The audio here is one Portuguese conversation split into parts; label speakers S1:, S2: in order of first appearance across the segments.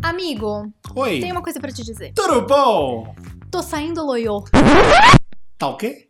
S1: Amigo,
S2: Oi.
S1: tenho uma coisa pra te dizer.
S2: Tudo bom?
S1: Tô saindo loiô.
S2: Tá o quê?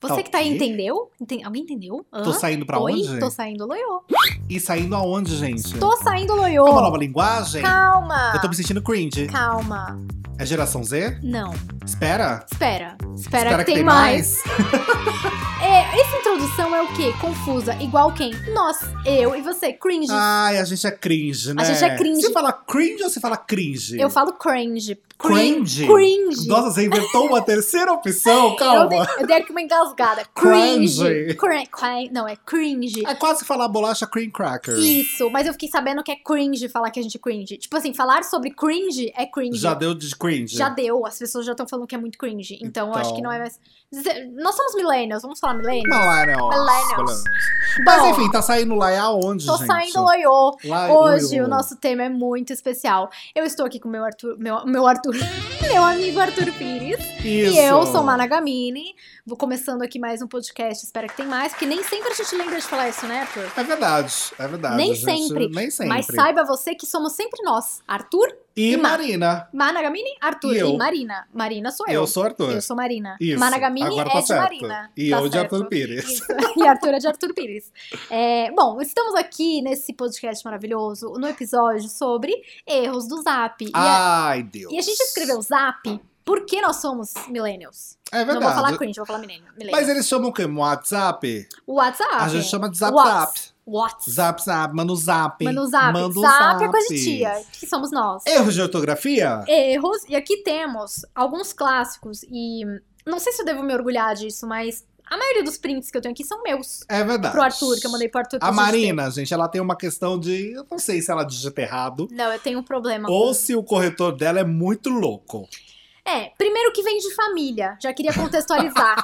S1: Você
S2: Tá
S1: que tá aí
S2: ok?
S1: entendeu? Enten- Alguém entendeu? Hã?
S2: Tô saindo pra
S1: Oi?
S2: onde? gente?
S1: Tô saindo loiô.
S2: E saindo aonde, gente?
S1: Tô saindo
S2: É uma
S1: loiô.
S2: nova linguagem?
S1: Calma.
S2: Eu tô me sentindo cringe.
S1: Calma.
S2: É geração Z?
S1: Não.
S2: Espera.
S1: Espera. Espera, que tem, mais. É, essa introdução é o quê? Confusa. Igual quem? Nós, eu e você. Cringe.
S2: Ai, a gente é cringe, né?
S1: gente é cringe.
S2: Você fala cringe ou você fala cringe?
S1: Eu falo cringe. Crin-
S2: Cringe?
S1: Cringe.
S2: Nossa, você inventou uma terceira opção?
S1: eu,
S2: Calma.
S1: dei, eu dei aqui uma engasgada. Cringe.
S2: Cringe.
S1: Crin- crin- Não, é cringe.
S2: É quase falar bolacha cream cracker.
S1: Isso, mas eu fiquei sabendo que é cringe falar que a gente é cringe. Tipo assim, falar sobre cringe é cringe.
S2: Já deu de cringe?
S1: Já deu, as pessoas já estão falando que é muito cringe. Então, eu acho
S2: Então.
S1: que não é mais. Dizer- Nós somos millennials, vamos falar millennials?
S2: Millennials.
S1: Millennials.
S2: Mas
S1: Bom,
S2: enfim, tá saindo lá é aonde,
S1: Tô
S2: gente?
S1: saindo loiô.
S2: Lá é
S1: Hoje
S2: oi, oi.
S1: o nosso tema é muito especial. Eu estou aqui com meu Arthur, meu, meu Arthur, meu amigo Arthur Pires.
S2: Isso.
S1: E eu sou Mana Gamini. Vou começando aqui mais um podcast, espero que tem mais, porque nem sempre a gente lembra de falar isso, né, Arthur?
S2: É verdade, é verdade.
S1: Nem
S2: gente.
S1: sempre,
S2: Nem sempre.
S1: Mas saiba você que somos sempre nós, Arthur,
S2: E
S1: e Ma-
S2: Marina.
S1: Managamini, Arthur
S2: E
S1: e,
S2: eu.
S1: Marina. Marina sou eu.
S2: Eu sou Arthur.
S1: Eu sou Marina.
S2: Isso.
S1: Managamini
S2: Agora
S1: é
S2: tá
S1: de
S2: certo.
S1: Marina.
S2: E
S1: Tá
S2: eu de
S1: certo.
S2: Arthur Pires.
S1: Isso. E Arthur é de Arthur Pires. É, bom, estamos aqui nesse podcast maravilhoso, no episódio sobre erros do Zap. E a-
S2: Ai, Deus.
S1: E a gente escreveu Zap porque nós somos millennials.
S2: É
S1: Não vou falar
S2: verdade.
S1: cringe, vou falar millennial. millennial.
S2: Mas eles chamam o quê? Um WhatsApp?
S1: Ah, O WhatsApp.
S2: A gente chama de zap
S1: Whats.
S2: zap.
S1: What?
S2: Zap zap, manda o zap.
S1: Mano, Zap.
S2: Manda o
S1: zap,
S2: zap.
S1: é coisa de tia, que somos nós.
S2: Erros de ortografia?
S1: Erros, É, e aqui temos alguns clássicos e não sei se eu devo me orgulhar disso, mas a maioria dos prints que eu tenho aqui são meus.
S2: É verdade.
S1: Pro Arthur, que eu mandei pro Arthur. que
S2: A
S1: eu digitei.
S2: Marina, gente, ela tem uma questão de. Eu não sei se ela digita errado.
S1: Não, eu tenho um problema.
S2: Ou
S1: com-
S2: se o corretor dela é muito louco.
S1: É, primeiro que vem de família, já queria contextualizar.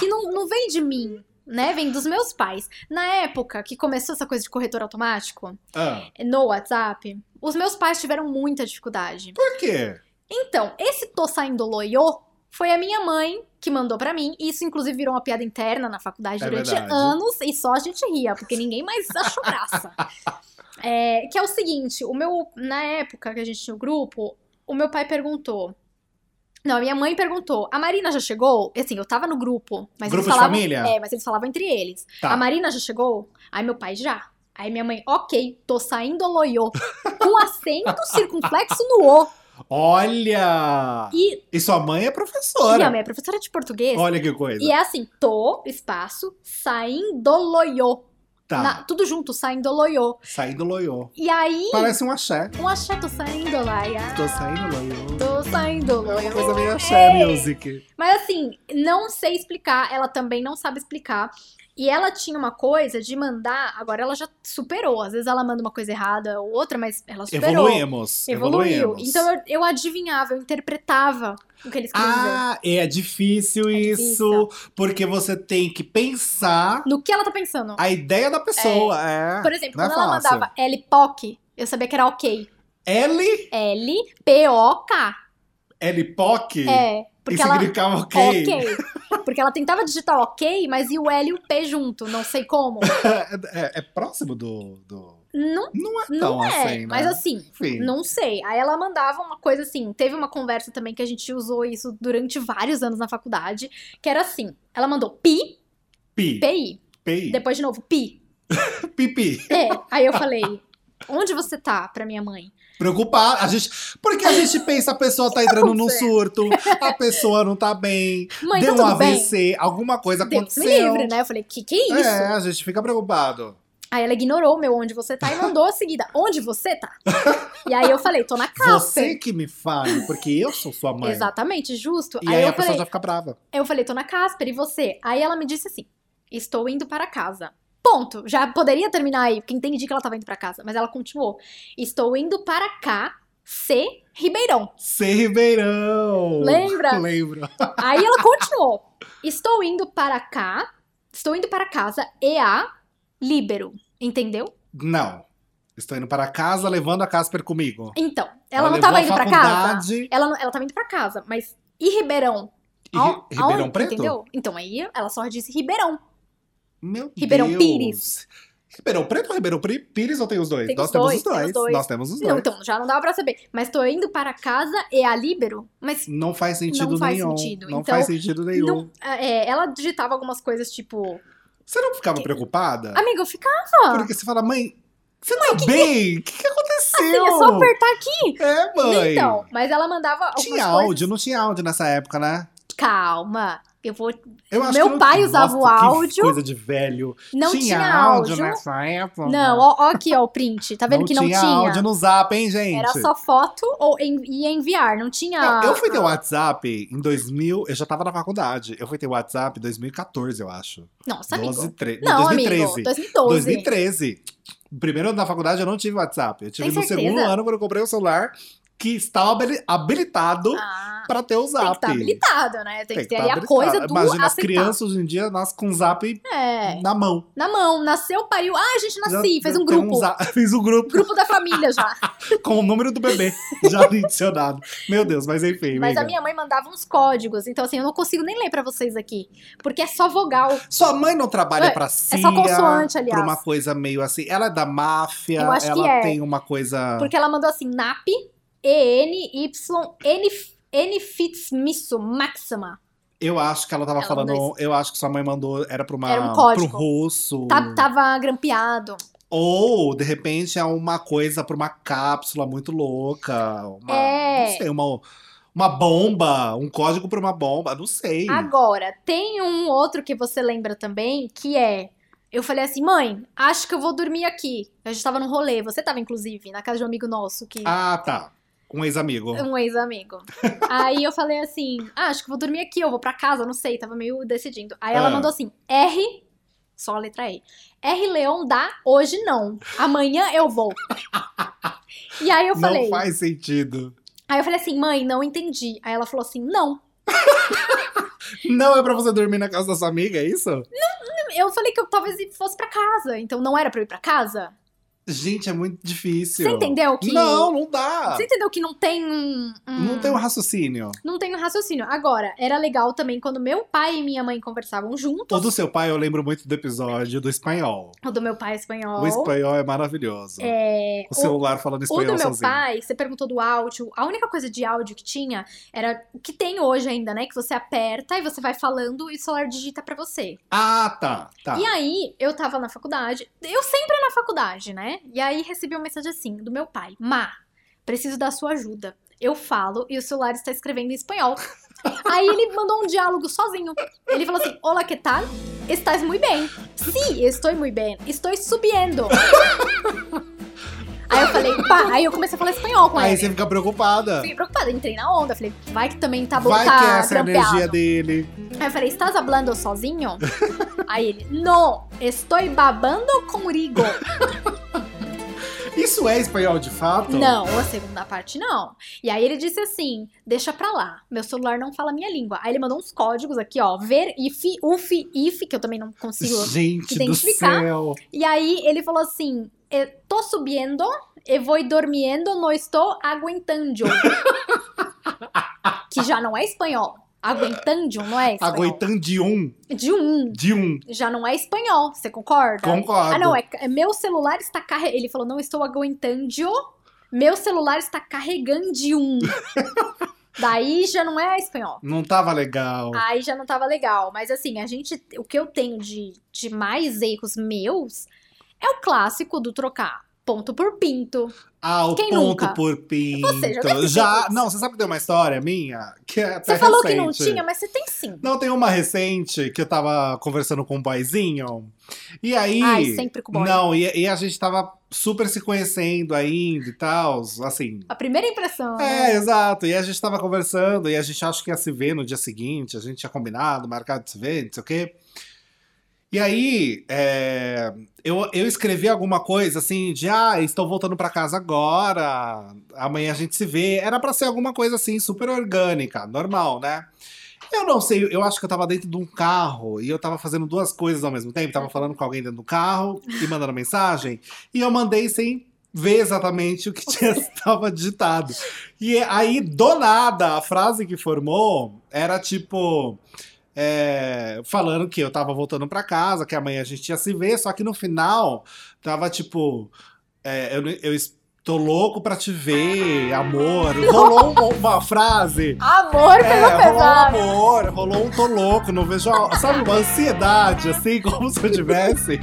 S1: que não, não vem de mim, né? Vem dos meus pais. Na época que começou essa coisa de corretor automático,
S2: Ah,
S1: no WhatsApp, os meus pais tiveram muita dificuldade.
S2: por quê?
S1: Então, esse tô saindo loiô foi a minha mãe que mandou pra mim. e Isso, inclusive, virou uma piada interna na faculdade
S2: É
S1: durante
S2: verdade.
S1: anos e só a gente ria, porque ninguém mais achou graça. É, que é o seguinte: o meu, na época que a gente tinha o grupo, o meu pai perguntou. Não, a minha mãe perguntou. A Marina já chegou? Assim, eu tava no grupo, mas eles
S2: Grupo de
S1: falavam.
S2: família?
S1: É, mas eles falavam entre eles.
S2: Tá.
S1: A Marina já chegou? Aí meu pai já. Aí minha mãe, ok, tô saindo loiô. Com acento circunflexo no O.
S2: Olha!
S1: E
S2: E sua mãe é
S1: Minha
S2: professora.
S1: mãe é professora de português.
S2: Olha que coisa.
S1: E é assim, tô, espaço, saindo loiô.
S2: Tá,
S1: Na- tudo junto, saindo loiô.
S2: saindo loiô.
S1: E aí,
S2: Parece um axé.
S1: um axé, tô saindo laia.
S2: Tô saindo loiô.
S1: Tô saindo
S2: É uma
S1: loiô.
S2: coisa meio axé
S1: Ei!
S2: music.
S1: Mas assim, não sei explicar, ela também não sabe explicar. E ela tinha uma coisa de mandar, agora ela já superou. Às vezes ela manda uma coisa errada ou outra, mas ela superou.
S2: Evoluímos.
S1: Evoluiu.
S2: evoluímos.
S1: Então eu, eu adivinhava, eu interpretava o que eles queriam dizer.
S2: Ah, é difícil
S1: É
S2: isso, porque você tem que pensar
S1: No que ela tá pensando.
S2: a ideia da pessoa. É.
S1: Por exemplo,
S2: não é
S1: quando ela
S2: fácil.
S1: mandava L-POC, eu sabia que era ok.
S2: É. L,
S1: L-P-O-K.
S2: L POC,
S1: É.
S2: e
S1: Porque ela. é
S2: significava ok.
S1: Ok. Porque ela tentava digitar ok, mas e o L e o P junto, não sei como.
S2: é, é próximo do, do-
S1: Não,
S2: Não é tão
S1: não é,
S2: assim, né?
S1: mas assim,
S2: Enfim.
S1: não sei. Aí ela mandava uma coisa assim, teve uma conversa também que a gente usou isso durante vários anos na faculdade, que era assim, ela mandou pi,
S2: Pi.
S1: pi,
S2: Pi.
S1: depois de novo pi.
S2: Pipi.
S1: É, aí eu falei, onde você tá pra minha mãe?
S2: Preocupado. A gente, porque a gente pensa a pessoa tá entrando num
S1: aconteceu?
S2: surto, a pessoa não tá bem,
S1: Mãe,
S2: deu
S1: tá
S2: um
S1: tudo bem?
S2: AVC, alguma coisa
S1: Deus me
S2: aconteceu.
S1: livre, né? Eu falei, que que é isso?
S2: É, a gente fica preocupado.
S1: Aí ela ignorou o meu onde você tá e mandou a seguida, onde você tá? e aí eu falei, tô na casa.
S2: Você que me fale, porque eu sou sua mãe.
S1: Exatamente, justo.
S2: E
S1: aí
S2: aí,
S1: eu
S2: a pessoa
S1: falei,
S2: já fica brava.
S1: eu falei, tô na Casper, e você? Aí ela me disse assim, estou indo para casa. Ponto. Já poderia terminar aí, porque entendi que ela tava indo para casa, mas ela continuou. Estou indo para cá, C, Ribeirão.
S2: Ser Ribeirão!
S1: Lembra?
S2: Lembro.
S1: Aí ela continuou. Estou indo para cá, estou indo para casa, EA, Líbero. Entendeu?
S2: Não. Estou indo para casa levando a Casper comigo.
S1: Então, ela não tava indo para casa.
S2: E,
S1: Ela, não- ela tava indo pra casa, mas. E Ribeirão? Ao-
S2: Ri- Ribeirão
S1: aonde-
S2: Preto?
S1: Entendeu? Então aí ela só disse Ribeirão.
S2: Meu
S1: Ribeirão
S2: Deus.
S1: Pires.
S2: Ribeirão Preto ou Ribeirão Pri- Pires ou tem os dois?
S1: Tem
S2: Nós
S1: os
S2: temos
S1: dois,
S2: os
S1: tem os
S2: dois.
S1: dois.
S2: Nós temos os dois.
S1: Não, então, já não dava pra saber. Mas tô indo para casa e a Líbero? Mas
S2: Não faz sentido
S1: Não faz
S2: nenhum.
S1: sentido.
S2: Não
S1: Então,
S2: faz sentido nenhum.
S1: não, é, ela digitava algumas coisas tipo.
S2: Você não ficava preocupada?
S1: Amiga, eu ficava.
S2: Porque você fala, mãe, você tá bem? O que, que
S1: é?" Assim,
S2: aconteceu?
S1: é só apertar aqui.
S2: É, mãe.
S1: Então, mas ela mandava algumas
S2: tinha
S1: coisas.
S2: áudio, não tinha áudio nessa época, né?
S1: Calma. Eu vou.
S2: Eu acho
S1: Meu
S2: que não-
S1: pai usava
S2: Nossa,
S1: o
S2: que
S1: áudio.
S2: Coisa de velho.
S1: Não tinha,
S2: áudio, né?
S1: áudio.
S2: nessa época.
S1: Não, ó, ó aqui, ó, o print. Tá vendo que não tinha?
S2: áudio no zap, hein, gente?
S1: Era só foto ou en- ia enviar, não tinha.
S2: Não, eu fui ter WhatsApp em 2000, eu já tava na faculdade. Eu fui ter WhatsApp em 2014, eu acho.
S1: Nossa, amigo.
S2: 12, tre...
S1: Não,
S2: 2013.
S1: amigo, 2012.
S2: 2013. O Primeiro ano da faculdade eu não tive WhatsApp. Eu tive
S1: Tem
S2: no
S1: certeza?
S2: segundo ano quando eu comprei o celular que estava habili- habilitado
S1: Ah,
S2: pra ter o zap.
S1: tem que estar habilitado, né? Tem, que ter
S2: tá
S1: ali a
S2: habilitado.
S1: coisa do
S2: Imagina as
S1: aceitar.
S2: crianças hoje em dia nascem com o zap
S1: É,
S2: na mão.
S1: na mão, nasceu, pariu. Ah, a gente
S2: Já
S1: nasci, fez um
S2: tem
S1: grupo.
S2: zap- Fiz um grupo
S1: Grupo da família já.
S2: com o número do bebê já ali adicionado. Meu Deus, mas enfim.
S1: Mas a
S2: amiga.
S1: minha mãe mandava uns códigos. Então, assim, eu não consigo nem ler pra vocês aqui. Porque é só vogal.
S2: Sua mãe não trabalha
S1: Ué, é
S2: pra CIA?
S1: consoante, aliás.
S2: Pra uma coisa meio assim. Ela é da máfia,
S1: Eu acho que
S2: ela
S1: é.
S2: tem uma coisa.
S1: Porque ela mandou assim, NAP, ENY, N, N Fitzmisso Maxima.
S2: Eu acho que ela tava
S1: Ela mandou
S2: falando. Eu acho que sua mãe mandou. Era pra uma.
S1: Era um código.
S2: Pro russo.
S1: Tá- tava grampeado.
S2: Ou, de repente, é uma coisa pra uma cápsula muito louca. Uma,
S1: É.
S2: Não sei, uma, uma bomba. Um código pra uma bomba. Não sei.
S1: Agora, tem um outro que você lembra também, que é. Eu falei assim, mãe, acho que eu vou dormir aqui. A gente tava num rolê, você tava, inclusive, na casa de um amigo nosso, que
S2: Ah, tá. Um ex-amigo.
S1: um ex-amigo. Aí eu falei assim, ah, acho que eu vou dormir aqui, eu vou pra casa, não sei, tava meio decidindo. Aí ela
S2: Ah.
S1: mandou assim, R, só a letra E. R Leon dá, hoje não. Amanhã eu vou. E aí eu
S2: não
S1: falei.
S2: faz sentido.
S1: Aí eu falei assim, mãe, não entendi. Aí ela falou assim, não.
S2: Não é pra você dormir na casa da sua amiga, é isso?
S1: Eu falei que eu talvez fosse pra casa, então não era pra eu ir pra casa.
S2: Gente, é muito difícil.
S1: Você entendeu que.
S2: Não, não dá.
S1: Você entendeu que não tem um. um-
S2: Não tem um raciocínio.
S1: não tem um raciocínio. Agora, era legal também quando meu pai e minha mãe conversavam juntos.
S2: O do seu pai, eu lembro muito do episódio do espanhol.
S1: O do meu pai é espanhol.
S2: O espanhol é maravilhoso.
S1: É,
S2: O
S1: o-
S2: celular falando
S1: o, do
S2: espanhol
S1: meu
S2: sozinho.
S1: pai, você perguntou do áudio. A única coisa de áudio que tinha era o que tem hoje ainda, né? Que você aperta e você vai falando e o celular digita pra você.
S2: Ah, tá, tá.
S1: E aí, eu tava na faculdade, eu sempre na faculdade, né? E aí recebi uma mensagem assim, do meu pai: Má, preciso da sua ajuda. Eu falo e o celular está escrevendo em espanhol. aí ele mandou um diálogo sozinho. Ele falou assim: Olá, que tal? Estás muito bem. Sim, estou muito bem. Estou subindo. aí eu falei: pá, aí eu comecei a falar espanhol com
S2: Aí
S1: ele.
S2: você fica preocupada.
S1: Fiquei preocupada, entrei na onda, falei, vai que também tá bom,
S2: Vai
S1: tá
S2: que é essa a
S1: grampeado.
S2: energia dele.
S1: Aí eu falei, estás hablando sozinho? Aí ele, não, estou babando contigo.
S2: Isso é espanhol de fato?
S1: Não, a segunda parte não. E aí ele disse assim, deixa pra lá, meu celular não fala minha língua. Aí ele mandou uns códigos aqui, ó, ver, if, uf, if, que eu também não consigo.
S2: Gente do
S1: Identificar. é
S2: céu.
S1: E aí ele falou assim, "Eh, tô subindo, eu vou dormindo, não estou aguentando. que já não é espanhol. Aguentando, não é espanhol.
S2: Aguentando de um,
S1: De um.
S2: de um.
S1: já não é espanhol, você concorda?
S2: Concordo.
S1: Ah, não, é, é meu celular está carregando. Ele falou, não estou aguentando. Meu celular está carregando um. Daí já não é espanhol.
S2: Não tava legal.
S1: Aí já não tava legal. Mas assim, a gente. O que eu tenho de, de mais erros meus é o clássico do trocar ponto por pinto.
S2: Ah, o
S1: Quem
S2: ponto
S1: nunca?
S2: por pinto.
S1: Você já deve ter feito isso.
S2: Não, você sabe que tem uma história minha? Que é até
S1: Você falou que não
S2: recente.
S1: tinha, mas você tem sim.
S2: Não, tem uma recente que eu tava conversando com um boyzinho. E aí.
S1: Ai, sempre com o boy.
S2: Não, e, e a gente tava super se conhecendo ainda e tal. Assim.
S1: A primeira impressão.
S2: É,
S1: né?
S2: exato. E a gente tava conversando e a gente acha que ia se ver no dia seguinte. A gente tinha combinado, marcado de se ver, não sei o quê. E aí, é, eu, eu escrevi alguma coisa assim de ah, estou voltando pra casa agora, amanhã a gente se vê. Era pra ser alguma coisa assim, super orgânica, normal, né? Eu não sei, eu acho que eu tava dentro de um carro e eu tava fazendo duas coisas ao mesmo tempo. Tava falando com alguém dentro do carro e mandando mensagem. E eu mandei sem ver exatamente o que tinha estava digitado. E aí, do nada, a frase que formou era tipo. é, falando que eu tava voltando pra casa, que amanhã a gente ia se ver, só que no final tava tipo. é, eu, eu es- tô louco pra te ver, amor. Rolou uma, uma frase.
S1: Amor
S2: É,
S1: pegou
S2: rolou um
S1: pesado.
S2: amor, rolou um tô louco, não vejo a... Sabe, uma ansiedade, assim, como se eu tivesse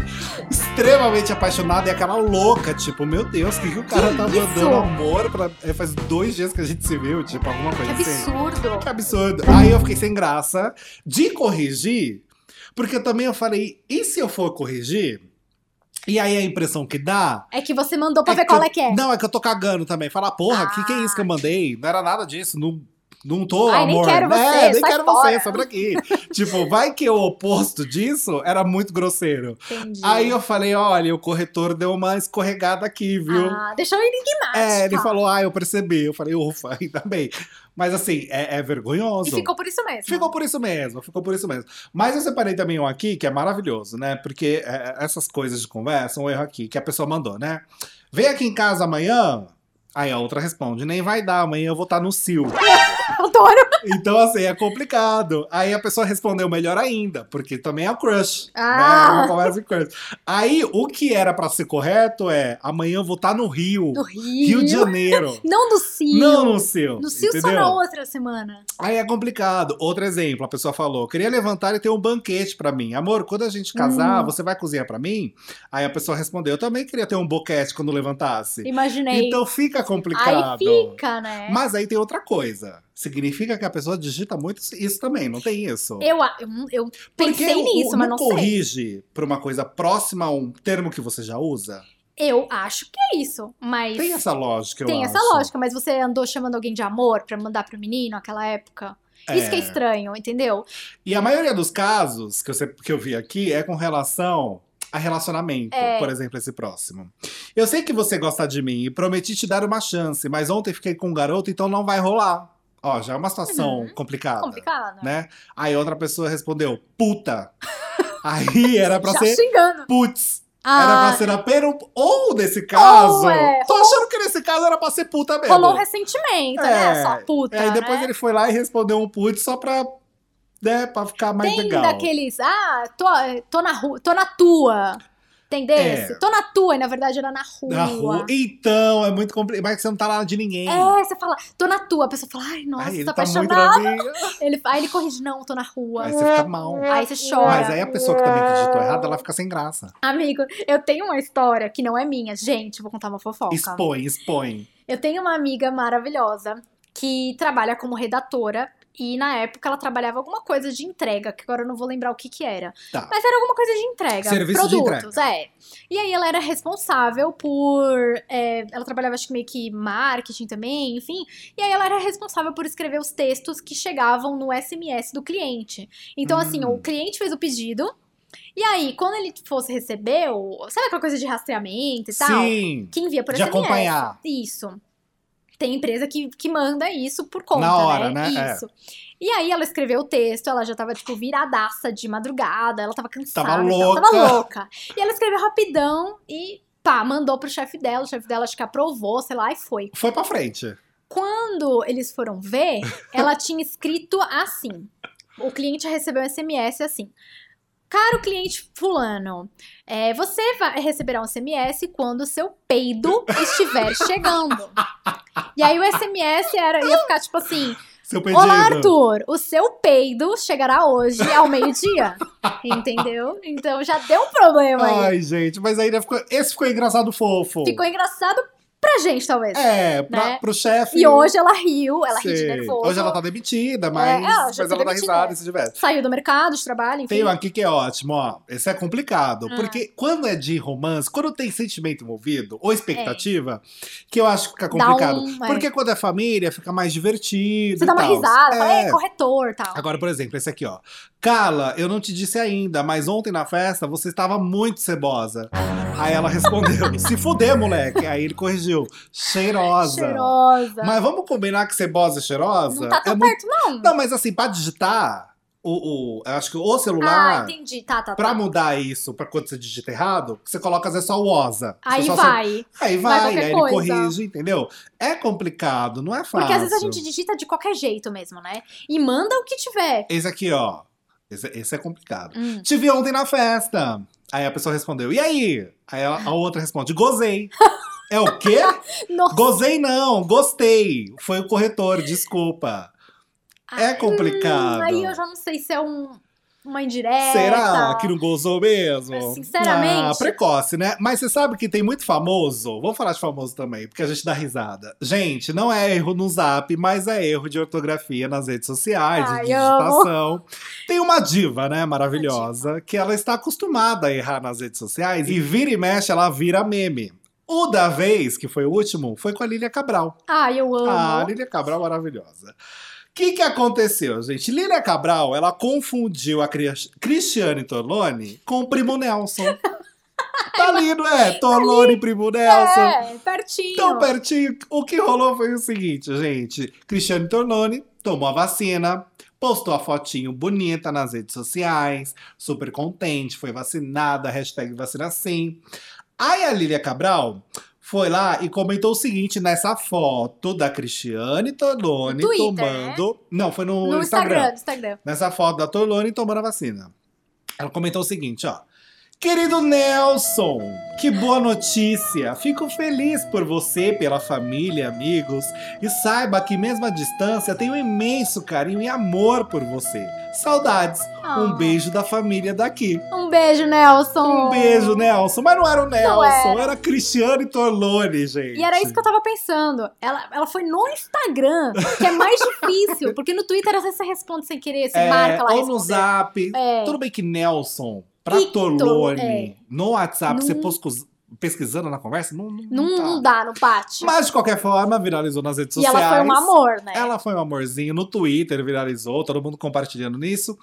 S2: extremamente apaixonada e aquela louca, tipo, meu Deus, o que, que o cara
S1: Que
S2: tá
S1: isso?
S2: mandando amor pra... é, faz dois dias que a gente se viu, tipo, alguma
S1: Que
S2: coisa assim.
S1: absurdo.
S2: Que absurdo. Aí eu fiquei sem graça de corrigir, porque também eu falei, e se eu for corrigir? E aí a impressão que dá
S1: É que você mandou pra
S2: é
S1: ver
S2: que
S1: qual
S2: eu-
S1: é que é. Ah,
S2: Não, é que eu tô cagando também. Falar, porra, o que, que é isso que eu mandei? Não era nada disso, não, não tô,
S1: Ai, nem
S2: amor.
S1: quero você,
S2: é, nem
S1: sai
S2: quero
S1: fora.
S2: você, sobre aqui. tipo, vai que o oposto disso era muito grosseiro.
S1: Entendi.
S2: Aí eu falei, olha, o corretor deu uma escorregada aqui, viu?
S1: Ah, tá. deixou enigmático.
S2: é, ele falou, ah, eu percebi. Eu falei, ufa, ainda bem. Mas assim, é, é
S1: E
S2: vergonhoso.
S1: ficou por isso mesmo.
S2: Ficou por isso mesmo, ficou por isso mesmo. Mas eu separei também um aqui que é maravilhoso, né? Porque é, essas coisas de conversa, um erro aqui que a pessoa mandou, né? Vem aqui em casa amanhã. Aí a outra responde, nem vai dar, amanhã eu vou estar no CIL.
S1: Adoro.
S2: Então, assim, é complicado. Aí a pessoa respondeu melhor ainda, porque também é o crush.
S1: Ah.
S2: Né? É uma conversa de crush. Aí o que era pra ser correto é amanhã eu vou estar no Rio.
S1: Do Rio.
S2: Rio de Janeiro.
S1: Não do Cio.
S2: Não no CIL.
S1: do Cio só
S2: entendeu?
S1: na outra semana.
S2: Aí é complicado. Outro exemplo, a pessoa falou: queria levantar e ter um banquete pra mim. Amor, quando a gente casar,
S1: Hum.
S2: você vai cozinhar pra mim? Aí a pessoa respondeu: eu também queria ter um boquete quando levantasse.
S1: Imaginei.
S2: Então fica
S1: Aí
S2: complicado.
S1: fica, né?
S2: Mas aí tem outra coisa. Significa que a pessoa digita muito isso também, não tem isso.
S1: Eu, a- eu- eu pensei
S2: Porque o-
S1: nisso, mas não sei.
S2: corrige pra uma coisa próxima a um termo que você já usa?
S1: Eu acho que é isso, mas
S2: Tem essa lógica, eu
S1: tem essa
S2: acho.
S1: lógica. Mas você andou chamando alguém de amor pra mandar pro menino naquela época? Isso que é
S2: É.
S1: estranho, entendeu?
S2: E a maioria dos casos que eu, se- que eu vi aqui é com relação a relacionamento,
S1: É.
S2: por exemplo, esse próximo. Eu sei que você gosta de mim e prometi te dar uma chance, mas ontem fiquei com um garoto, então não vai rolar. Ó, já é uma situação complicada,
S1: Uhum. Complicado.
S2: né? Aí outra pessoa respondeu, puta. Aí era pra
S1: Já
S2: ser
S1: xingando.
S2: putz. Era
S1: Ah,
S2: pra ser apenas ou nesse caso.
S1: é,
S2: Tô achando que nesse caso era pra ser puta mesmo.
S1: rolou um ressentimento, né?
S2: É,
S1: Só puta,
S2: Aí depois
S1: né?
S2: ele foi lá e respondeu um putz só pra, né, pra ficar mais
S1: Tem
S2: legal.
S1: daqueles, ah, tô, tô na rua, tô na tua. Tem desse? Tô na tua, e na verdade era na rua.
S2: É. Na rua. Então, é muito complicado. Mas você não tá lá de ninguém.
S1: É, você fala, tô na tua. A pessoa fala, ai, nossa,
S2: Aí
S1: tô
S2: ele tá muito
S1: apaixonada.
S2: pra mim.
S1: Ele, aí ele corrige, não, tô na rua.
S2: Aí você fica mal.
S1: Aí você chora.
S2: é. Mas aí a pessoa que também digitou errado, ela fica sem graça.
S1: Amigo, eu tenho uma história que não é minha. Gente, vou contar uma fofoca.
S2: Expõe, expõe.
S1: Eu tenho uma amiga maravilhosa que trabalha como redatora. E na época ela trabalhava alguma coisa de entrega, que agora eu não vou lembrar o que que era.
S2: Tá.
S1: Mas era alguma coisa de entrega.
S2: Serviço de
S1: produtos, é. E aí ela era responsável por. é, ela trabalhava, acho que meio que marketing também, enfim. E aí ela era responsável por escrever os textos que chegavam no SMS do cliente. Então, assim,
S2: Hum.
S1: o cliente fez o pedido. E aí, quando ele fosse receber, o- sabe aquela coisa de rastreamento e tal?
S2: Sim.
S1: Que é envia tá por
S2: de
S1: SMS.
S2: acompanhar.
S1: Isso. Tem empresa que, que manda isso por conta,
S2: Na hora, né? É.
S1: Isso. E aí ela escreveu o texto, ela já tava, tipo, viradaça de madrugada, ela tava cansada.
S2: Tava
S1: e tal,
S2: louca.
S1: Tava louca. E ela escreveu rapidão e, pá, mandou pro chefe dela, o chefe dela acho que aprovou, sei lá, e foi.
S2: Foi pra frente.
S1: Quando eles foram ver, ela tinha escrito assim. O cliente recebeu um SMS assim. Caro cliente fulano, é, você vai receberá um SMS quando seu peido estiver chegando. E aí o SMS era, ia ficar tipo assim,
S2: Seu pedido.
S1: Olá Arthur, o seu peido chegará hoje ao meio-dia. Entendeu? Então já deu um problema aí.
S2: Ai, gente, mas aí ficou... esse ficou engraçado fofo.
S1: Ficou engraçado pra gente, talvez.
S2: É, pra,
S1: né?
S2: pro chefe.
S1: E hoje ela riu, ela ri de
S2: Sei.
S1: nervoso.
S2: Hoje ela tá demitida, mas,
S1: É, ela
S2: mas
S1: já
S2: ela
S1: foi
S2: dá
S1: demitida.
S2: risada se tiver.
S1: saiu do mercado de trabalho, enfim.
S2: Tem um aqui que é ótimo, ó. Esse é complicado.
S1: Ah.
S2: Porque quando é de romance, quando tem sentimento envolvido ou expectativa, que eu acho que fica
S1: É. Dá
S2: complicado.
S1: um, é.
S2: Porque quando é família, fica mais divertido.
S1: Você
S2: e
S1: dá uma
S2: tal.
S1: risada, fala, é
S2: É.
S1: corretor tal.
S2: Agora, por exemplo, esse aqui, ó. Carla, eu não te disse ainda, mas ontem na festa você estava muito cebosa. Aí ela respondeu: se fuder, moleque. Aí ele corrigiu: cheirosa.
S1: Cheirosa.
S2: Mas vamos combinar que cebosa e cheirosa?
S1: não tá tão
S2: é muito...
S1: perto, não.
S2: Não, mas assim, pra digitar, o, o- eu acho que o celular.
S1: Ah, entendi. Tá, tá, tá.
S2: Pra mudar isso, pra quando você digita errado, você coloca às vezes só o OSA. Você
S1: Aí
S2: só-
S1: vai.
S2: Aí
S1: vai
S2: vai,
S1: qualquer
S2: aí
S1: coisa.
S2: ele corrige, entendeu? É complicado, não é fácil.
S1: Porque às vezes a gente digita de qualquer jeito mesmo, né? E manda o que tiver.
S2: Esse aqui, ó. Esse, esse é complicado.
S1: Hum.
S2: Te vi ontem na festa. Aí a pessoa respondeu, e aí? Aí a, a outra responde, gozei. É o quê?
S1: Nossa.
S2: Gozei não, gostei. Foi o corretor, desculpa. É
S1: Ai, hum,
S2: complicado.
S1: Aí eu já não sei se é um, uma indireta.
S2: Será que não gozou mesmo?
S1: É, então. Sinceramente.
S2: Ah, precoce, né? Mas você sabe que tem muito famoso. Vamos falar de famoso também, porque a gente dá risada. Gente, não é erro no zap, mas é erro de ortografia nas redes sociais,
S1: Ai,
S2: de digitação. Tem uma diva, né, maravilhosa, que ela está acostumada a errar nas redes sociais e vira e mexe, ela vira meme. O da vez, que foi o último, foi com a Lília Cabral.
S1: Ai, eu amo.
S2: Ah, Lília Cabral maravilhosa. O que, que aconteceu, gente? Lília Cabral, ela confundiu a Cris- Cristiane Torlone com o Primo Nelson. Tá ali, não é? Torlone e Primo Nelson. Então
S1: é, pertinho.
S2: Tão pertinho. O que rolou foi o seguinte, gente. Cristiane Torlone tomou a vacina, postou a fotinho bonita nas redes sociais, super contente, foi vacinada, hashtag vacina sim. Aí a Lília Cabral foi lá e comentou o seguinte nessa foto da Cristiane Torlone
S1: No Twitter, né?
S2: tomando. Não, foi no,
S1: no
S2: Instagram.
S1: Instagram, no Instagram.
S2: Nessa foto da Torlone tomando a vacina. Ela comentou o seguinte, ó. Querido Nelson, que boa notícia! Fico feliz por você, pela família, amigos, e saiba que mesmo à distância tenho imenso carinho e amor por você. Saudades!
S1: Ah.
S2: Um beijo da família daqui.
S1: Um beijo, Nelson.
S2: Um beijo, Nelson. Mas não era o Nelson,
S1: era.
S2: era, Cristiane Torlone,
S1: é.
S2: gente.
S1: E era isso que eu tava pensando. Ela, ela foi no Instagram, que é mais difícil, porque no Twitter às vezes você responde sem querer, você
S2: É,
S1: marca lá.
S2: ou no
S1: responder.
S2: zap.
S1: É.
S2: Tudo bem que Nelson, pra
S1: Icto,
S2: Torlone,
S1: é.
S2: no WhatsApp,
S1: Não-
S2: você poscus- pesquisando na conversa, não, não,
S1: Não,
S2: tá.
S1: não dá, não bate.
S2: Mas, de qualquer forma, viralizou nas redes
S1: e
S2: sociais.
S1: ela foi um amor, né?
S2: Ela foi um amorzinho no Twitter, viralizou, todo mundo compartilhando nisso.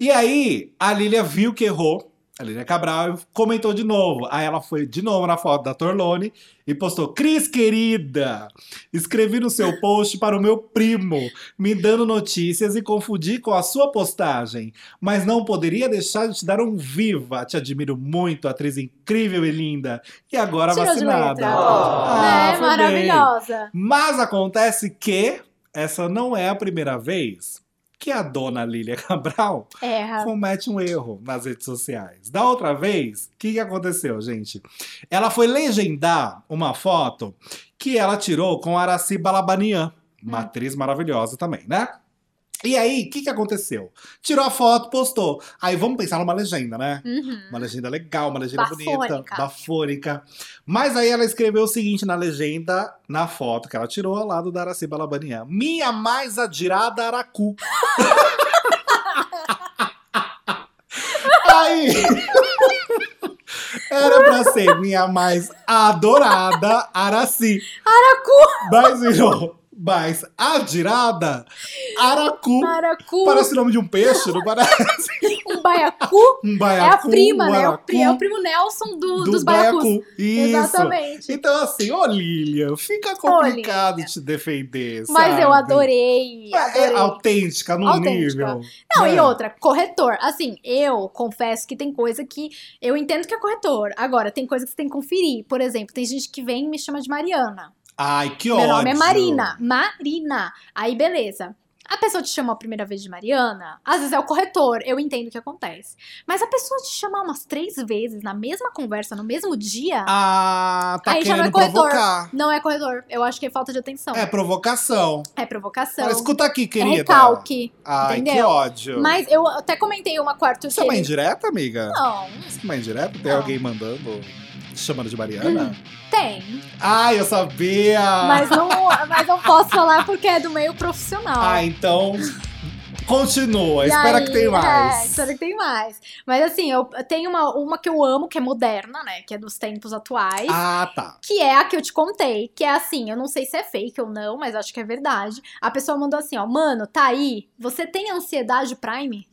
S2: E aí, a Lilia viu que errou, a Lilia Cabral, e comentou de novo. Aí ela foi de novo na foto da Torlone e postou: Cris, querida, escrevi no seu post para o meu primo, me dando notícias e confundi com a sua postagem. Mas não poderia deixar de te dar um viva. Te admiro muito, atriz incrível e linda. E agora
S1: Tirou de
S2: vacinada.
S1: letra.
S2: Ah,
S1: né?
S2: foi bem.
S1: Maravilhosa.
S2: Mas acontece que essa não é a primeira vez que a dona Lília Cabral
S1: Erra.
S2: comete um erro nas redes sociais. Da outra vez, o que, que aconteceu, gente? Ela foi legendar uma foto que ela tirou com Araci Balabanian, uma
S1: Hum.
S2: atriz maravilhosa também, né? E aí, o que, que aconteceu? Tirou a foto, postou. Aí vamos pensar numa legenda, né?
S1: Uhum.
S2: Uma legenda legal, uma legenda bonita,
S1: Bafônica.
S2: bafônica. Mas aí ela escreveu o seguinte na legenda, na foto que ela tirou ao lado da Araci Balabanian. Minha mais adirada Aracu. aí... Era pra ser minha mais adorada Araci. Aracu! Mas virou mais adirada Aracu.
S1: Maracu,
S2: um Parece o nome de um peixe, não parece?
S1: um baiacu.
S2: Um
S1: É
S2: baiacu,
S1: a prima,
S2: um
S1: né? O pri- É o
S2: aracu
S1: primo Nelson do-
S2: do
S1: dos baiacus.
S2: baiacu. Isso.
S1: Exatamente.
S2: Então, assim, ô Lilian, fica complicado te defender.
S1: Mas eu
S2: sabe?
S1: adorei.
S2: É, é
S1: adorei.
S2: autêntica num
S1: Autêntica.
S2: nível.
S1: Não, e
S2: É.
S1: outra, corretor. Assim, eu confesso que tem coisa que eu entendo que é corretor. Agora, tem coisa que você tem que conferir. Por exemplo, tem gente que vem e me chama de Mariana.
S2: Ai, que
S1: Meu
S2: ódio.
S1: nome é Marina. Marina. Aí, beleza. A pessoa te chamou a primeira vez de Mariana, às vezes é o corretor, eu entendo o que acontece. Mas a pessoa te chamar umas três vezes na mesma conversa, no mesmo dia,
S2: Ah, tá
S1: Aí já não é
S2: querendo
S1: corretor.
S2: provocar.
S1: não é corretor. Eu acho que é falta de atenção.
S2: É provocação.
S1: É provocação.
S2: Fala, escuta aqui,
S1: é
S2: querida.
S1: recalque.
S2: Ai, que
S1: entendeu?
S2: ódio.
S1: Mas eu até comentei uma quarta
S2: Isso é uma indireta, amiga?
S1: Não,
S2: Isso é uma indireta? Tem
S1: Não.
S2: alguém mandando, te chamando de Mariana?
S1: tem.
S2: Ai, eu sabia!
S1: Mas não, mas não posso falar porque é do meio profissional.
S2: Ah, então... Continua,
S1: E
S2: espera
S1: aí,
S2: que tem
S1: É,
S2: mais.
S1: espero que tem mais. Mas assim, eu tenho uma, uma que eu amo, que é moderna, né? Que é dos tempos atuais.
S2: Ah, tá.
S1: Que é a que eu te contei. Que é assim, eu não sei se é fake ou não, mas acho que é verdade. A pessoa mandou assim, ó, mano, tá aí, você tem ansiedade Prime?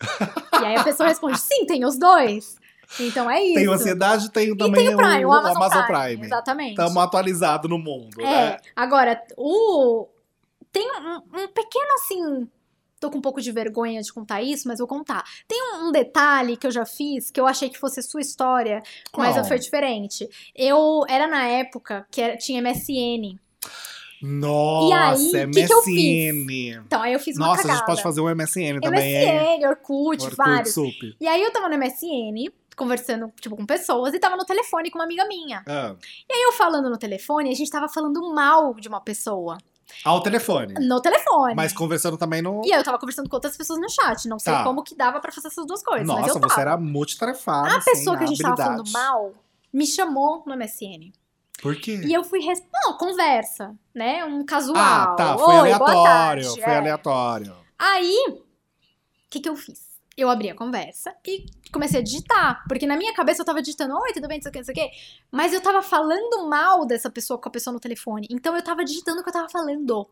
S1: e aí a pessoa responde, sim, tem os dois. Então é isso.
S2: Tem o ansiedade, tem também
S1: tem o Prime, o, Amazon, Prime.
S2: Prime.
S1: Exatamente.
S2: Estamos atualizados no mundo, né?
S1: É, agora, o. Tem um, um pequeno assim. Tô com um pouco de vergonha de contar isso, mas vou contar. Tem um, um detalhe que eu já fiz que eu achei que fosse sua história, mas
S2: Qual?
S1: foi diferente. Eu era na época que era- tinha MSN.
S2: Nossa,
S1: E aí,
S2: é
S1: o que que eu fiz?
S2: MSN.
S1: Então, aí eu fiz uma
S2: Nossa, a gente
S1: cagada.
S2: pode fazer um MSN também, hein?
S1: MSN, Orkut,
S2: Orkut,
S1: vários.
S2: Sup.
S1: E aí eu tava no MSN, conversando, tipo, com pessoas, e tava no telefone com uma amiga minha.
S2: Ah,
S1: E aí eu falando no telefone, a gente tava falando mal de uma pessoa.
S2: ao telefone.
S1: No telefone.
S2: Mas conversando também no.
S1: E aí eu tava conversando com outras pessoas no chat. Não sei
S2: Tá.
S1: como que dava pra fazer essas duas coisas, mas
S2: Nossa,
S1: eu tava.
S2: você era multitarefada.
S1: A
S2: assim,
S1: pessoa que a gente tava falando
S2: habilidade.
S1: mal me chamou no MSN.
S2: Por quê?
S1: E eu fui. Res... Não, conversa, né? Um casual.
S2: Ah, tá. Foi
S1: Oi, Boa
S2: aleatório.
S1: tarde.
S2: Foi
S1: é.
S2: aleatório.
S1: Aí, o que, que eu fiz? Eu abri a conversa e comecei a digitar. Porque na minha cabeça eu tava digitando, oi, tudo bem, não sei o que, não sei o que. Mas eu tava falando mal dessa pessoa com a pessoa no telefone. Então eu tava digitando o que eu tava falando.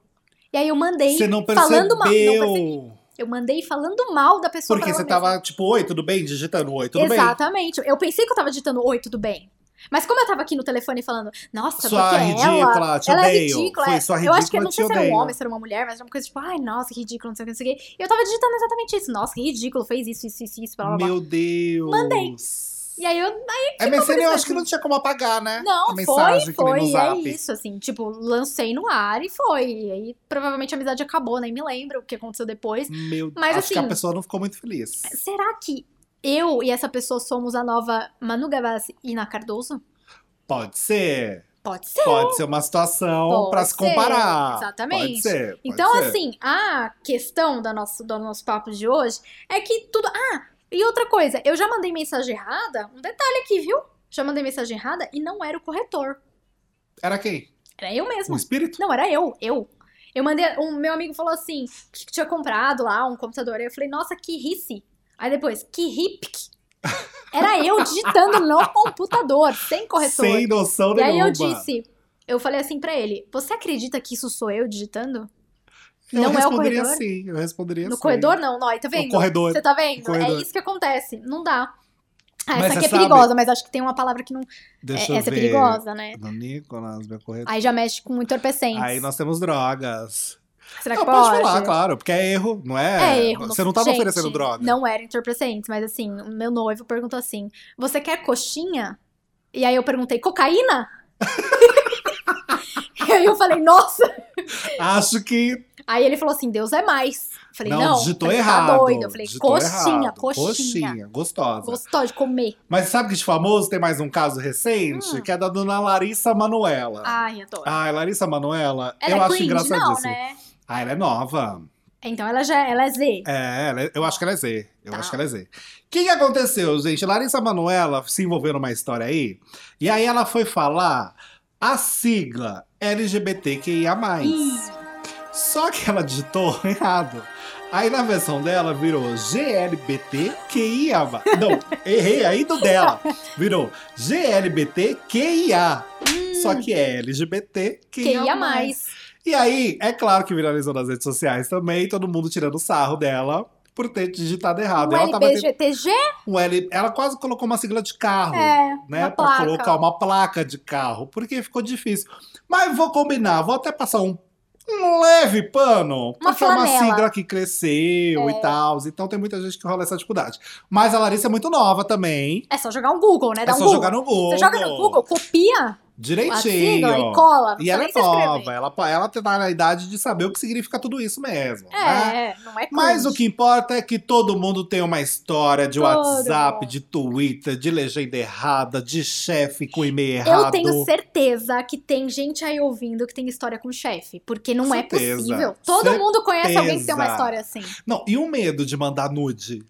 S1: E aí eu mandei
S2: Você não
S1: falando mal. Não percebi.
S2: percebeu.
S1: Eu mandei falando mal da pessoa.
S2: Porque
S1: pra
S2: você
S1: ela mesma.
S2: tava tipo, oi, tudo bem? Digitando oi, tudo bem?
S1: Exatamente. Eu pensei que eu tava digitando oi, tudo bem. Mas como eu tava aqui no telefone falando, nossa,
S2: Sua
S1: porque é ela.
S2: ridícula, te
S1: Ela é
S2: odeio.
S1: ridícula,
S2: Foi
S1: é.
S2: sua
S1: eu
S2: ridícula,
S1: acho que eu não
S2: te
S1: sei se era um
S2: odeio.
S1: homem, se era uma mulher, mas era uma coisa tipo, ai, nossa, que ridículo, não sei o que, não sei o que. E eu tava digitando exatamente isso. Nossa, que ridículo, fez isso, isso, isso, isso, blá, blá, blá.
S2: Meu É Deus.
S1: é Mandei. E aí eu,
S2: A MSN eu acho
S1: aparecendo.
S2: que não tinha como apagar, né?
S1: não,
S2: A
S1: foi,
S2: mensagem que nem
S1: foi,
S2: no
S1: e é
S2: zap.
S1: isso, assim, tipo, lancei no ar e foi. E aí, provavelmente a amizade acabou, nem me lembro o que aconteceu depois.
S2: Meu Deus.
S1: Mas,
S2: Acho que a
S1: assim, é
S2: pessoa não ficou muito feliz.
S1: Será que eu e essa pessoa somos a nova Manu Gavassi e Ana Cardoso?
S2: Pode ser.
S1: Pode ser.
S2: Pode ser uma situação
S1: Pode
S2: pra se
S1: ser,
S2: comparar.
S1: exatamente.
S2: Pode ser. pode
S1: Então,
S2: ser.
S1: assim, a questão da nossa, do nosso papo de hoje é que tudo. Ah, e outra coisa, eu já mandei mensagem errada, um detalhe aqui, viu? Já mandei mensagem errada e não era o corretor.
S2: Era quem?
S1: Era eu
S2: Um
S1: mesma.
S2: espírito?
S1: Não, era eu, eu. Eu mandei. Um meu amigo falou assim: que tinha comprado lá um computador. Aí eu falei, nossa, que risse. Aí depois, que hipk. Era eu digitando no computador, sem corretor.
S2: Sem noção
S1: E
S2: nenhuma.
S1: aí eu disse, eu falei assim pra ele, você acredita que isso sou eu digitando?
S2: Eu
S1: não é o
S2: responderia
S1: corredor?
S2: sim, eu responderia
S1: No
S2: sim.
S1: corredor não, não, aí tá
S2: No
S1: vendo?
S2: corredor.
S1: Você tá vendo?
S2: corredor.
S1: É isso que acontece, não dá. Ah,
S2: Mas
S1: essa aqui
S2: você
S1: é
S2: sabe-
S1: perigosa, mas acho que tem uma palavra que não...
S2: Deixa
S1: é-
S2: eu
S1: essa é
S2: ver.
S1: perigosa, né?
S2: No Nicolas, meu corredor.
S1: Aí já mexe com entorpecentes.
S2: Aí nós temos drogas.
S1: Será que
S2: Não,
S1: pode?
S2: pode falar, claro, porque é erro, não é?
S1: É erro.
S2: Você não tava
S1: Gente,
S2: oferecendo droga.
S1: Não era entorpecentes, mas assim, o meu noivo perguntou assim, você quer coxinha? E aí eu perguntei, cocaína? e aí eu falei, nossa!
S2: Acho que
S1: Aí ele falou assim, Deus é mais. Eu falei,
S2: não,
S1: não,
S2: digitou
S1: falei,
S2: errado.
S1: Tá doido. Eu falei,
S2: digitou
S1: coxinha,
S2: errado.
S1: coxinha,
S2: gostosa.
S1: Gostou de comer.
S2: Mas sabe que de famoso tem mais um caso recente,
S1: Hum.
S2: que é da dona Larissa Manoela.
S1: Ai, adoro.
S2: Ai, Larissa Manoela,
S1: ela
S2: Tá. Ah, eu
S1: é
S2: acho
S1: cringe,
S2: engraçadíssimo.
S1: não, né?
S2: Ah, ela é nova.
S1: Então ela já ela é Z.
S2: É, ela é- eu acho que ela é Z. Eu
S1: Tá.
S2: acho que ela é Z. O que, que aconteceu, gente? Larissa Manoela se envolveu numa história aí, e aí ela foi falar a sigla LGBTQIA.
S1: Ih,
S2: Só que ela digitou errado. Aí na versão dela virou GLBTQIA. Não, errei aí do dela. Virou GLBTQIA.
S1: Hum.
S2: Só que é
S1: quem
S2: LGBTQIA.
S1: ia mais?
S2: E aí, é claro que viralizou nas redes sociais também, todo mundo tirando sarro dela por ter digitado errado.
S1: Um
S2: ela tava tendo
S1: LBGTG?
S2: um L... Ela quase colocou uma sigla de carro
S1: É.
S2: né,
S1: Uma
S2: para
S1: placa.
S2: colocar uma placa de carro, porque ficou difícil. Mas vou combinar, vou até passar um, um leve pano,
S1: Uma
S2: porque é uma
S1: flanela. É.
S2: sigla que cresceu e tal, então tem muita gente que rola essa dificuldade. Mas a Larissa é muito nova também.
S1: É só jogar um Google, né?
S2: É
S1: Dá um
S2: só
S1: Google.
S2: jogar no Google.
S1: Você joga no Google, copia a sigla e
S2: Direitinho.
S1: cola. Não
S2: E
S1: precisa
S2: ela
S1: nem
S2: é
S1: se inscrever.
S2: nova, ela, ela tá na idade de saber o que significa tudo isso mesmo. né?
S1: É, não é cringe.
S2: Mas o que importa é que todo mundo tem uma história de
S1: Todo
S2: WhatsApp,
S1: mundo.
S2: de Twitter, de legenda errada, de chefe com e-mail errado.
S1: Eu tenho certeza que tem gente aí ouvindo que tem história com chefe, porque não é
S2: Certeza.
S1: possível. Todo mundo conhece alguém que tem uma
S2: Certeza.
S1: história assim.
S2: Não, e o medo de mandar nude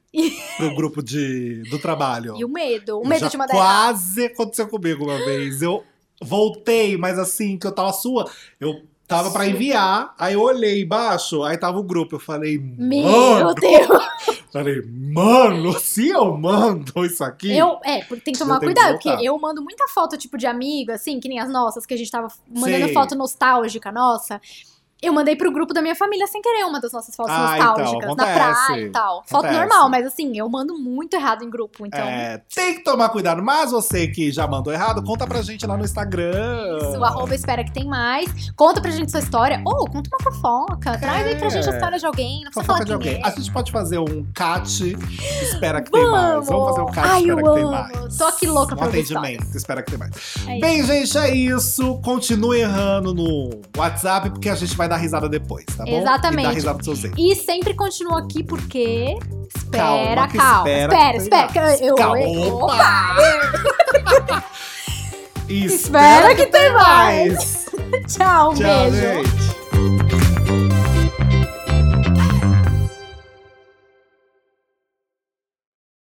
S2: pro grupo de, do trabalho?
S1: E o medo, o medo
S2: Já
S1: de mandar errado.
S2: Quase aconteceu comigo uma vez. Eu voltei, mas assim, que eu tava sua. Eu tava pra enviar, aí eu olhei embaixo, aí tava o grupo. Eu falei,
S1: Meu
S2: mano.
S1: Deus!
S2: Falei, mano, se eu mando isso aqui.
S1: Eu, é, porque tem que
S2: Eu
S1: tomar
S2: tenho que
S1: cuidado,
S2: voltar.
S1: porque eu mando muita foto, tipo, de amigo, assim, que nem as nossas, que a gente tava mandando
S2: Sei.
S1: foto nostálgica, nossa. Eu mandei pro grupo da minha família sem querer uma das nossas fotos
S2: Ah, então,
S1: nostálgicas, na
S2: acontece.
S1: praia e tal. Foto
S2: Acontece.
S1: normal, mas assim, eu mando muito errado em grupo, então.
S2: É, tem que tomar cuidado, mas você que já mandou errado, conta pra gente lá no Instagram.
S1: Isso, arroba espera que tem mais. Conta pra gente sua história. Ou conta uma fofoca. Traz aí pra gente a história de alguém. Não precisa
S2: É. Fofoca
S1: falar
S2: de
S1: quem
S2: alguém.
S1: é.
S2: A gente pode fazer um cat espera que tem mais. Vamos fazer um cat
S1: Ai,
S2: espera
S1: eu
S2: que tem
S1: amo.
S2: mais.
S1: Tô aqui louca
S2: um
S1: pra ouvir
S2: atendimento,
S1: histórias.
S2: espera que tem mais.
S1: É isso.
S2: Bem, gente, é isso. Continue errando no WhatsApp, porque a gente vai dar risada depois, tá bom?
S1: Exatamente.
S2: E dar risada pros seus erros.
S1: E sempre continua aqui porque. Espera,
S2: Calma, que
S1: calma.
S2: espera
S1: Espera,
S2: que
S1: espera. que Eu,
S2: Calma,
S1: eu-
S2: opa! espera
S1: Espera que tem mais. Tchau, um
S2: Tchau,
S1: beijo.
S2: gente.